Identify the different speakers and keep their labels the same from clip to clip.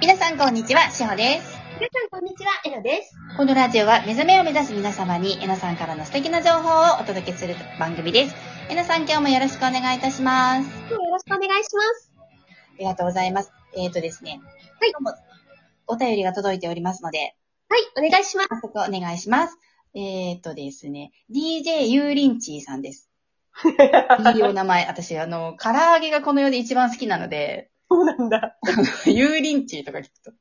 Speaker 1: 皆さんこんにちは、しほです。
Speaker 2: 皆さん、こんにちは。エナです。
Speaker 1: このラジオは目覚めを目指す皆様に、えなさんからの素敵な情報をお届けする番組です。えなさん今日もよろしくお願いいたします。
Speaker 2: 今日よろしくお願いします。
Speaker 1: ありがとうございます。えーとですね。
Speaker 2: はい
Speaker 1: 今日もお便りが届いておりますので、
Speaker 2: はい、お願いします。
Speaker 1: 早速お願いします。えーとですね、DJ ユーリンチーさん です。いいお名前。私、あの、唐揚げがこの世で一番好きなので、
Speaker 2: そうなんだ。
Speaker 1: ユーリンチーとか聞くと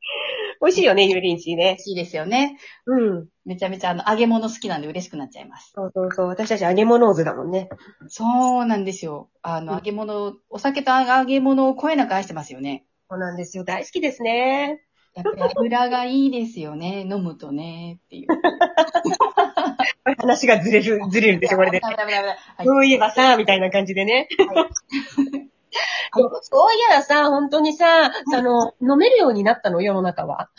Speaker 2: 美味しいよね、ユーリンチーね。
Speaker 1: 嬉しいですよね。
Speaker 2: うん。
Speaker 1: めちゃめちゃあの、揚げ物好きなんで嬉しくなっちゃいます。
Speaker 2: そうそうそう。私たち揚げ物図だもんね。
Speaker 1: そうなんですよ。あの、
Speaker 2: うん
Speaker 1: 揚げ物、お酒と揚げ物をこえなく愛してますよね。
Speaker 2: そうなんですよ。大好きですね。
Speaker 1: やっぱり油がいいですよ ね。飲むとね、っていう。
Speaker 2: 話がずれる、ずれるでしょ、これで。
Speaker 1: ダメダメダメ。はい。
Speaker 2: そういえばさ、みたいな感じでね。
Speaker 1: はい
Speaker 2: でもそういやらさ、本当にさ、あの、飲めるようになったの、世の中は。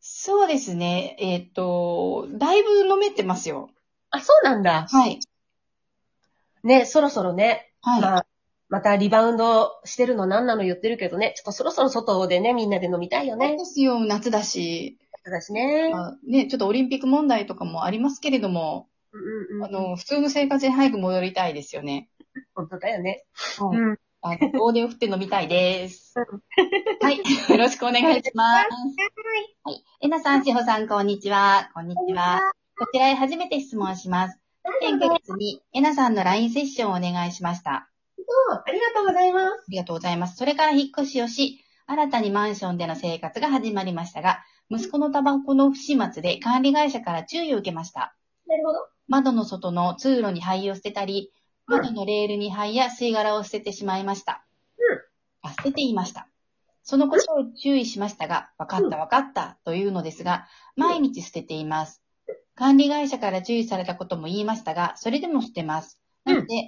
Speaker 1: そうですね。えっ、と、だいぶ飲めてますよ。
Speaker 2: あ、そうなんだ。
Speaker 1: はい。
Speaker 2: ね、そろそろね、
Speaker 1: はい。
Speaker 2: まあ、またリバウンドしてるの何なの言ってるけどね、ちょっとそろそろ外でね、みんなで飲みたいよ
Speaker 1: そう
Speaker 2: ね。
Speaker 1: ですよ、夏だし。
Speaker 2: そうだしね。
Speaker 1: あね、ちょっとオリンピック問題とかもありますけれども、
Speaker 2: うんうんうん
Speaker 1: あの、普通の生活に早く戻りたいですよね。
Speaker 2: 本当だよね。
Speaker 1: は
Speaker 2: う
Speaker 1: い。
Speaker 2: ん。
Speaker 1: あの、大手を振って飲みたいです。はい。 よろしくお願いします。はい。えなさん、しほさん、こんにちは。こんにちは。こちらへ初めて質問します。先
Speaker 2: どうも
Speaker 1: 月に、えなさんの LINE セッションをお願いしました。
Speaker 2: ありがとうございま
Speaker 1: あ
Speaker 2: す。
Speaker 1: りがとうございます。それから引っ越しをし、新たにマンションでの生活が始まりましたが、息子のタバコの不始末で管理会社から注意を受けました。
Speaker 2: なるほど。
Speaker 1: 窓の外の通路に灰を捨てたり、
Speaker 2: うん
Speaker 1: 窓のレールに灰や吸い殻を捨ててしまいました。
Speaker 2: うん
Speaker 1: あ、捨てていました。そのことを注意しましたが、わかったわかったというのですが、毎日捨てています。管理会社から注意されたことも言いましたが、それでも捨てます。
Speaker 2: うん
Speaker 1: なので、
Speaker 2: う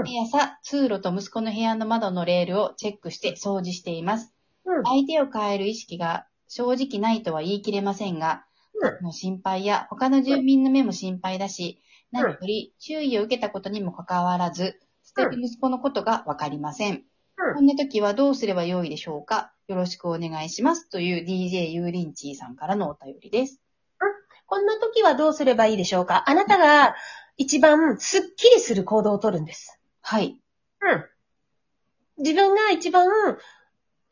Speaker 2: ん
Speaker 1: 毎朝、通路と息子の部屋の窓のレールをチェックして掃除しています。
Speaker 2: うん。
Speaker 1: 相手を変える意識が正直ないとは言い切れませんが、
Speaker 2: う
Speaker 1: の心配や他の住民の目も心配だし、
Speaker 2: うん
Speaker 1: 何より注意を受けたことにもかかわらず、捨てる息子のことがわかりません。
Speaker 2: うん
Speaker 1: こんな時はどうすればよいでしょうかよろしくお願いします。という DJ ユーリンチーさんからのお便りです。
Speaker 2: こんな時はどうすればいいでしょうかあなたが一番スッキリする行動をとるんです。
Speaker 1: はい。
Speaker 2: うん。自分が一番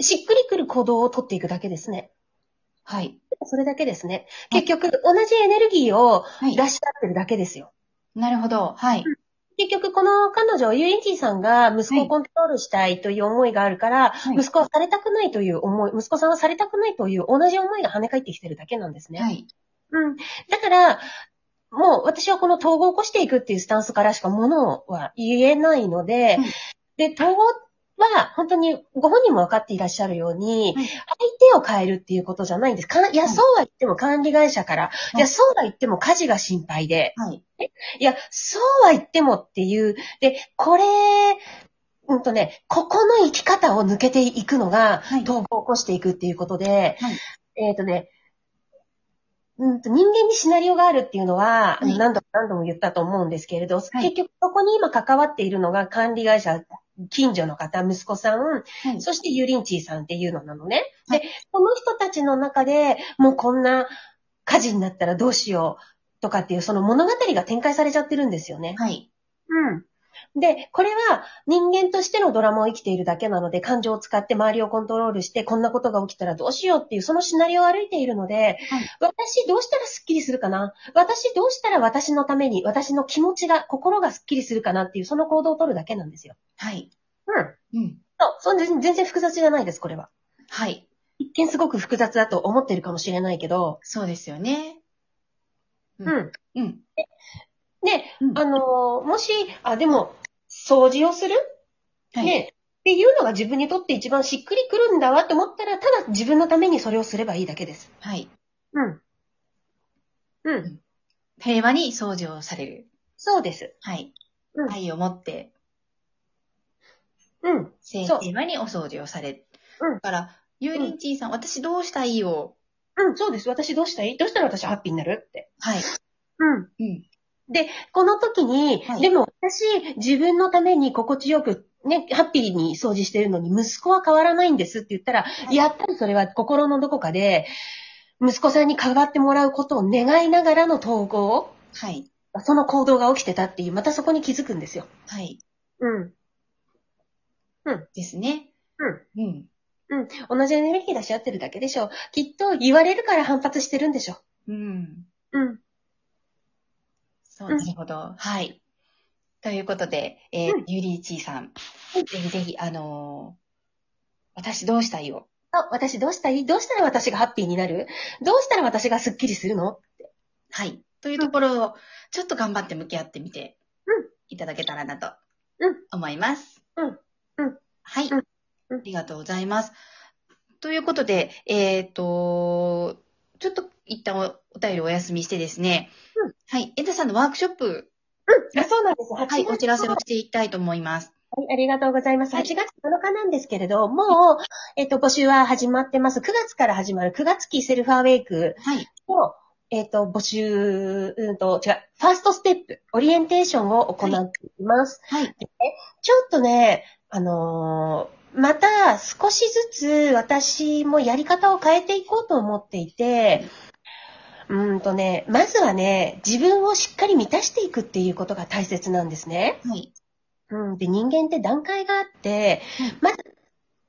Speaker 2: しっくりくる行動をとっていくだけですね。
Speaker 1: はい。
Speaker 2: それだけですね。
Speaker 1: はい
Speaker 2: 結局、同じエネルギーを
Speaker 1: は
Speaker 2: 出し合ってるだけですよ。
Speaker 1: なるほど。はい。
Speaker 2: 結局、この彼女、ユーエンチーさんが息子をコントロールしたいという思いがあるから、
Speaker 1: はい
Speaker 2: 息子はされたくないという思い、息子さんはされたくないという同じ思いが跳ね返ってきてるだけなんですね。
Speaker 1: はい。
Speaker 2: うん。だから、もう私はこの統合を起こしていくっていうスタンスからしかものは言えないので、
Speaker 1: うん
Speaker 2: で、統合は本当にご本人も分かっていらっしゃるように、
Speaker 1: はい
Speaker 2: 相手を変えるっていうことじゃないんです。かいや、
Speaker 1: はい
Speaker 2: そうは言っても管理会社から、
Speaker 1: い
Speaker 2: いや、そうは言っても家事が心配で、
Speaker 1: はい。
Speaker 2: いや、そうは言ってもっていう、で、これ、うんとね、ここの生き方を抜けていくのが、
Speaker 1: はい
Speaker 2: 統合を起こしていくっていうことで、
Speaker 1: はい
Speaker 2: えっ、とね、うんと人間にシナリオがあるっていうのは、あの
Speaker 1: はい
Speaker 2: 何度も何度も言ったと思うんですけれど、
Speaker 1: い
Speaker 2: 結局そこに今関わっているのが管理会社、近所の方、息子さん、
Speaker 1: はい。
Speaker 2: そしてユリンチーさんっていうのなのね。
Speaker 1: は
Speaker 2: で、この人たちの中でもうこんな火事になったらどうしようとかっていうその物語が展開されちゃってるんですよね。
Speaker 1: はい。
Speaker 2: うん。で、これは人間としてのドラマを生きているだけなので、感情を使って周りをコントロールして、こんなことが起きたらどうしようっていう、そのシナリオを歩いているので、
Speaker 1: はい
Speaker 2: 私どうしたらスッキリするかな私どうしたら私のために、私の気持ちが、心がスッキリするかなっていう、その行動を取るだけなんですよ。
Speaker 1: はい。
Speaker 2: うん。
Speaker 1: うん。
Speaker 2: そう、そん全然複雑じゃないです、これは。
Speaker 1: はい。
Speaker 2: 一見すごく複雑だと思ってるかもしれないけど、
Speaker 1: そうですよね。う
Speaker 2: うんん。
Speaker 1: うん。
Speaker 2: で、
Speaker 1: うん
Speaker 2: あのーもし、あ、でも、掃除をする
Speaker 1: はい。
Speaker 2: ね、っていうのが自分にとって一番しっくりくるんだわと思ったら、ただ自分のためにそれをすればいいだけです。
Speaker 1: はい。
Speaker 2: うん。うん。
Speaker 1: 平和に掃除をされる。
Speaker 2: そうです。
Speaker 1: はい。
Speaker 2: うん
Speaker 1: 愛を持って、
Speaker 2: うん。
Speaker 1: 平
Speaker 2: そう
Speaker 1: 和にお掃除をされ。
Speaker 2: うん
Speaker 1: だから、ユーリンチーさん、私どうしたいを。
Speaker 2: うん、そうです。私どうしたいどうしたら私ハッピーになるって。
Speaker 1: はい。
Speaker 2: うん。
Speaker 1: うん。
Speaker 2: で、この時に、
Speaker 1: はい
Speaker 2: でも私、自分のために心地よく、ね、ハッピーに掃除してるのに、息子は変わらないんですって言ったら、
Speaker 1: い
Speaker 2: やっぱりそれは心のどこかで、息子さんに変わってもらうことを願いながらの統合、
Speaker 1: はい。
Speaker 2: その行動が起きてたっていう、またそこに気づくんですよ。
Speaker 1: はい。
Speaker 2: うん。
Speaker 1: ですね。うん。うん。
Speaker 2: うん。同じエネルギー出し合ってるだけでしょ。きっと言われるから反発してるんでしょ。
Speaker 1: うん。
Speaker 2: うん。
Speaker 1: そう、
Speaker 2: うん
Speaker 1: なるほど。はい。ということで、えー
Speaker 2: うん
Speaker 1: ゆりちーさん。
Speaker 2: い
Speaker 1: ぜひぜひ、あのー私どうしたいを。
Speaker 2: あ、私どうしたいどうしたら私がハッピーになるどうしたら私がスッキリするの
Speaker 1: はい。というところを、ちょっと頑張って向き合ってみて、
Speaker 2: うん
Speaker 1: いただけたらなと、
Speaker 2: うん
Speaker 1: 思います。
Speaker 2: うんうん
Speaker 1: はい、
Speaker 2: うんうん
Speaker 1: ありがとうございます。ということで、えっ、と、ちょっと一旦おお便りお休みしてですね、
Speaker 2: うん
Speaker 1: はい。エタさんのワークショップ、
Speaker 2: あそうなんです。8
Speaker 1: はい、お知らせを
Speaker 2: はい、
Speaker 1: していきたいと思います。
Speaker 2: ありがとうございます。
Speaker 1: は
Speaker 2: 8
Speaker 1: い
Speaker 2: 月7日なんですけれど、もう、えっと、募集は始まってます。9月から始まる9月期セルフアウェイク
Speaker 1: はい。
Speaker 2: を、えっと、募集、うんと、違う、ファーストステップ、オリエンテーションを行っています。
Speaker 1: はい。
Speaker 2: ちょっとね、あのーまた少しずつ私もやり方を変えていこうと思っていて、うーんとね、まずはね、自分をしっかり満たしていくっていうことが大切なんですね。
Speaker 1: はい。
Speaker 2: うん。で、人間って段階があって、まず、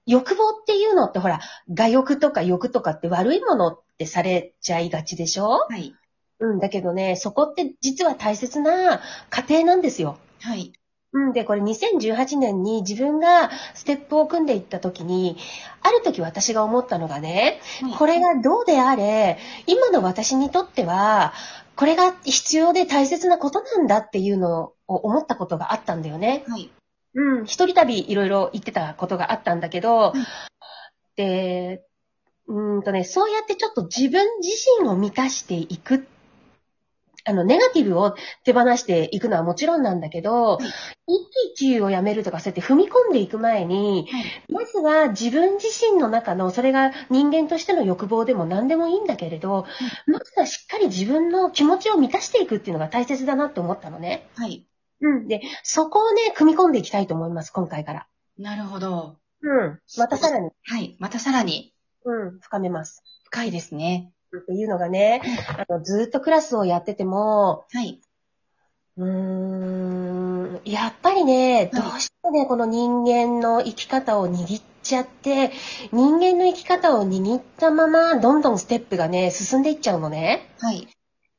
Speaker 2: 欲望っていうのってほら、我欲とか欲とかって悪いものってされちゃいがちでしょ
Speaker 1: はい。
Speaker 2: うん。だけどね、そこって実は大切な過程なんですよ。
Speaker 1: はい。
Speaker 2: うん、で、これ2018年に自分がステップを組んでいった時に、ある時私が思ったのがね、これがどうであれ、今の私にとっては、これが必要で大切なことなんだっていうのを思ったことがあったんだよね。
Speaker 1: はい。
Speaker 2: うん、一人旅いろいろ行ってたことがあったんだけど
Speaker 1: うん、
Speaker 2: で、うーんとね、そうやってちょっと自分自身を満たしていく。あの、ネガティブを手放していくのはもちろんなんだけど、
Speaker 1: うん
Speaker 2: 一喜一憂をやめるとか、そうやって踏み込んでいく前に、
Speaker 1: はい。
Speaker 2: まずは自分自身の中の、それが人間としての欲望でも何でもいいんだけれど、まずはしっかり自分の気持ちを満たしていくっていうのが大切だなって思ったのね。
Speaker 1: はい。
Speaker 2: うん。で、そこをね、組み込んでいきたいと思います、今回から。
Speaker 1: なるほど。
Speaker 2: うん。またさらに、
Speaker 1: はい。またさらに
Speaker 2: うん、深めます。
Speaker 1: 深いですね。
Speaker 2: っていうのがね、あの、ずーっとクラスをやってても、
Speaker 1: はい。
Speaker 2: うーん、やっぱりね、どうしてもね、この人間の生き方を握っちゃって、人間の生き方を握ったまま、どんどんステップがね、進んでいっちゃうのね。
Speaker 1: はい。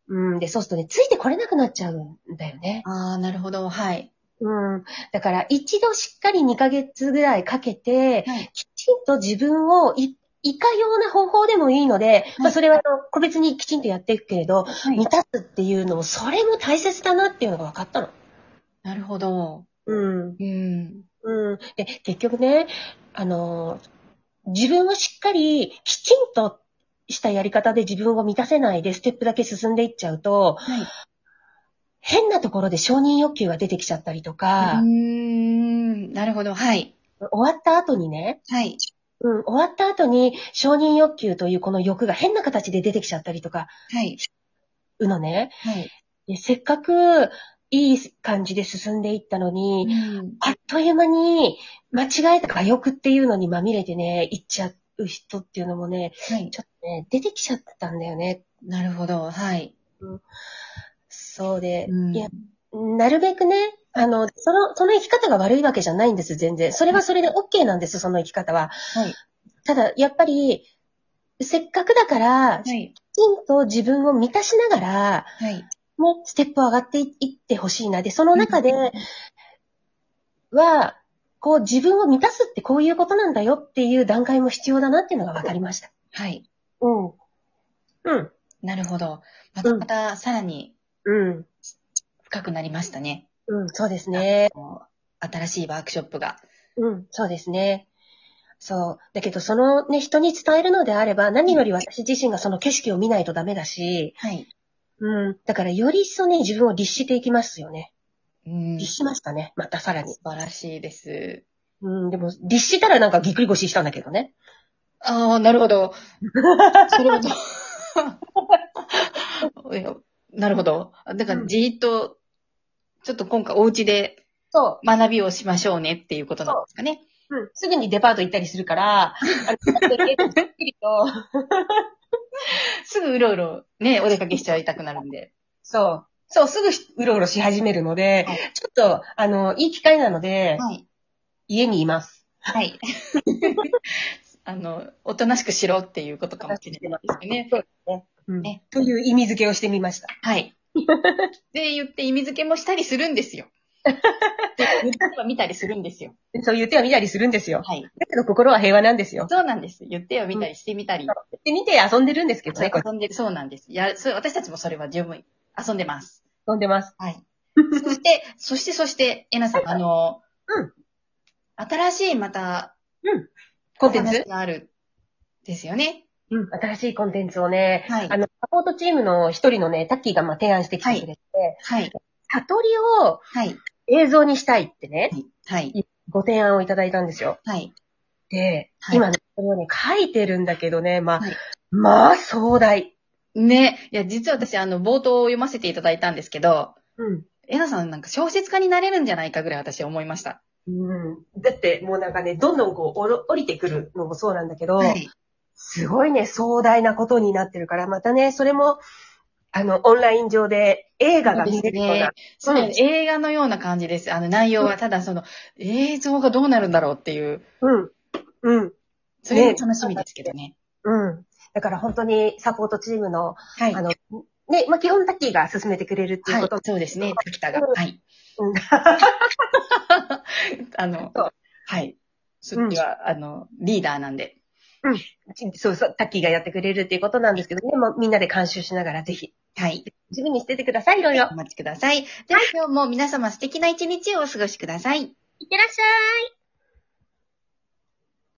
Speaker 2: うん、で、そうするとね、ついてこれなくなっちゃうんだよね。
Speaker 1: ああ、なるほど。はい。
Speaker 2: うん。だから、一度しっかり2ヶ月ぐらいかけて、
Speaker 1: はい。
Speaker 2: きちんと自分をい、いかような方法でもいいので、まあそれはあの個別にきちんとやっていくけれど、
Speaker 1: はい
Speaker 2: 満。たすっていうのも、それも大切だなっていうのが分かったの。
Speaker 1: なるほど。
Speaker 2: うん。
Speaker 1: うん。
Speaker 2: うん。で、結局ね、あのー、自分をしっかり、きちんとしたやり方で自分を満たせないで、ステップだけ進んでいっちゃうと、
Speaker 1: はい。
Speaker 2: 変なところで承認欲求が出てきちゃったりと
Speaker 1: うー
Speaker 2: か、
Speaker 1: ん。なるほど。はい。
Speaker 2: 終わった後にね、
Speaker 1: はい。
Speaker 2: うん、終わった後に承認欲求というこの欲が変な形で出てきちゃったりとか、
Speaker 1: はい。
Speaker 2: うのね。
Speaker 1: はい。
Speaker 2: でせっかくいい感じで進んでいったのに、
Speaker 1: うん
Speaker 2: あっという間に間違えた火欲っていうのにまみれてね、行っちゃう人っていうのもね、
Speaker 1: はい。
Speaker 2: ちょっとね、出てきちゃったんだよね。
Speaker 1: なるほど。はい。
Speaker 2: そうで、
Speaker 1: うん
Speaker 2: いや、なるべくね、あの、その、その生き方が悪いわけじゃないんです、全然。それはそれで OK なんです、その生き方は。
Speaker 1: はい。
Speaker 2: ただ、やっぱり、せっかくだから、
Speaker 1: は
Speaker 2: き
Speaker 1: い。
Speaker 2: ちんと自分を満たしながら、
Speaker 1: はい。
Speaker 2: ね、ステップを上がっていいってほしいな。で、その中で、は、こう自分を満たすってこういうことなんだよっていう段階も必要だなっていうのが分かりました。
Speaker 1: はい。
Speaker 2: うん。うん。
Speaker 1: なるほど。また、
Speaker 2: うん
Speaker 1: またさらに
Speaker 2: うん。
Speaker 1: 深くなりましたね。
Speaker 2: うん、そうですね。
Speaker 1: こう新しいワークショップが。
Speaker 2: うん、そうですね。そう。だけど、そのね、人に伝えるのであれば、何より私自身がその景色を見ないとダメだし、
Speaker 1: はい。
Speaker 2: うん。だから、より一層ね、自分を律していきますよね。
Speaker 1: うん。
Speaker 2: 律
Speaker 1: 素
Speaker 2: しましたね。またさらに。
Speaker 1: 晴らしいです。
Speaker 2: うん、でも、律したらなんかぎっくり腰したんだけどね。
Speaker 1: ああ、なるほ ど。それは どういやなるほど。だから、じーっと、ちょっと今回お家で
Speaker 2: そう。
Speaker 1: 学びをしましょうねっていうことなんですかね。
Speaker 2: うんすぐにデパート行ったりするから、あの、ゆっくりと、
Speaker 1: すぐうろうろね、お出かけしちゃいたくなるんで。
Speaker 2: そう。そう、すぐうろうろし始めるので、
Speaker 1: はい
Speaker 2: ちょっと、あの、いい機会なので、
Speaker 1: はい。
Speaker 2: 家にいます。
Speaker 1: はい。 あの、おとなしくしろっていうことかもしれないですよね。
Speaker 2: うん
Speaker 1: ね
Speaker 2: という意味付けをしてみました。
Speaker 1: はい。で、言って意味付けもしたりするんです よ。で、言っては見たりするんですよ。
Speaker 2: そういう手は見たりするんですよ。
Speaker 1: はい。
Speaker 2: だけど心は平和なんですよ。
Speaker 1: そうなんです。言っては見たりしてみたり。
Speaker 2: で、見て遊んでるんですけどね、これ
Speaker 1: 遊んでるそうなんです。いや、そう私たちもそれは十分遊んでます。
Speaker 2: 遊んでます。
Speaker 1: はい。そして、そして、そして、えなさん、あの、
Speaker 2: うん
Speaker 1: 新しいまた、
Speaker 2: コンテン
Speaker 1: お話
Speaker 2: ツ
Speaker 1: がある、ですよね。
Speaker 2: うん、新しいコンテンツをね、
Speaker 1: はい
Speaker 2: あの、サポートチームの一人のね、タッキーがまあ提案してきてくれて、
Speaker 1: はい。
Speaker 2: 悟りを
Speaker 1: はい。
Speaker 2: 映像にしたいってね、
Speaker 1: はい。
Speaker 2: ご提案をいただいたんですよ。
Speaker 1: はい。
Speaker 2: で、
Speaker 1: はい
Speaker 2: 今ね、これをね、書いてるんだけどね、まあ、
Speaker 1: はい
Speaker 2: まあ、壮大。
Speaker 1: ね。いや、実は私、あの、冒頭を読ませていただいたんですけど、
Speaker 2: うん。
Speaker 1: えなさんなんか小説家になれるんじゃないかぐらい私思いました。
Speaker 2: うん、だって、もうなんかね、どんどんこう、おろ降りてくるのもそうなんだけど、
Speaker 1: はい。
Speaker 2: すごいね、壮大なことになってるから、またね、それも、あの、オンライン上で映画が見れるような、
Speaker 1: そう
Speaker 2: うん
Speaker 1: 映画のような感じです。あの内容はただその映像がどうなるんだろうっていう、
Speaker 2: うん、うん、
Speaker 1: それも楽しみですけどね。
Speaker 2: うん。だから本当にサポートチームの、
Speaker 1: はい。
Speaker 2: あ
Speaker 1: はい、
Speaker 2: の、ね、まあ、基本タッキーが進めてくれるっていうこと、
Speaker 1: そうですね、滝田が。
Speaker 2: うん
Speaker 1: はい。
Speaker 2: うん
Speaker 1: あの
Speaker 2: そう、
Speaker 1: はい。そっちは、あの、リーダーなんで。
Speaker 2: そうそう、タッキーがやってくれるっていうことなんですけどね、まあ、みんなで監修しながらぜひ、
Speaker 1: はい。
Speaker 2: 自由にしててください、いろいろ。
Speaker 1: お待ちください。では今日も皆様素敵な一日をお過ごしください。
Speaker 2: いってらっしゃい。